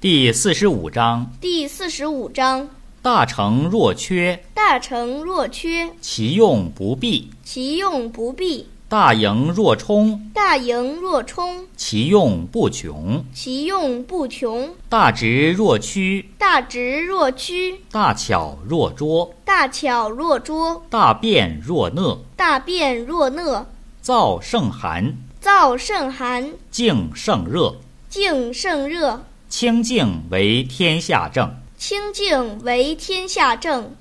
第四十五章：第四十五章：大成若缺，大成若缺，其用不弊；其用不弊；大盈若冲，大盈若冲，其用不穷；其用不穷；大直若屈，大直若屈，大巧若拙，大巧若拙，大辩若讷，大辩若讷，燥胜寒，燥甚寒，静胜热，静甚热。清静为天下正。清静为天下正。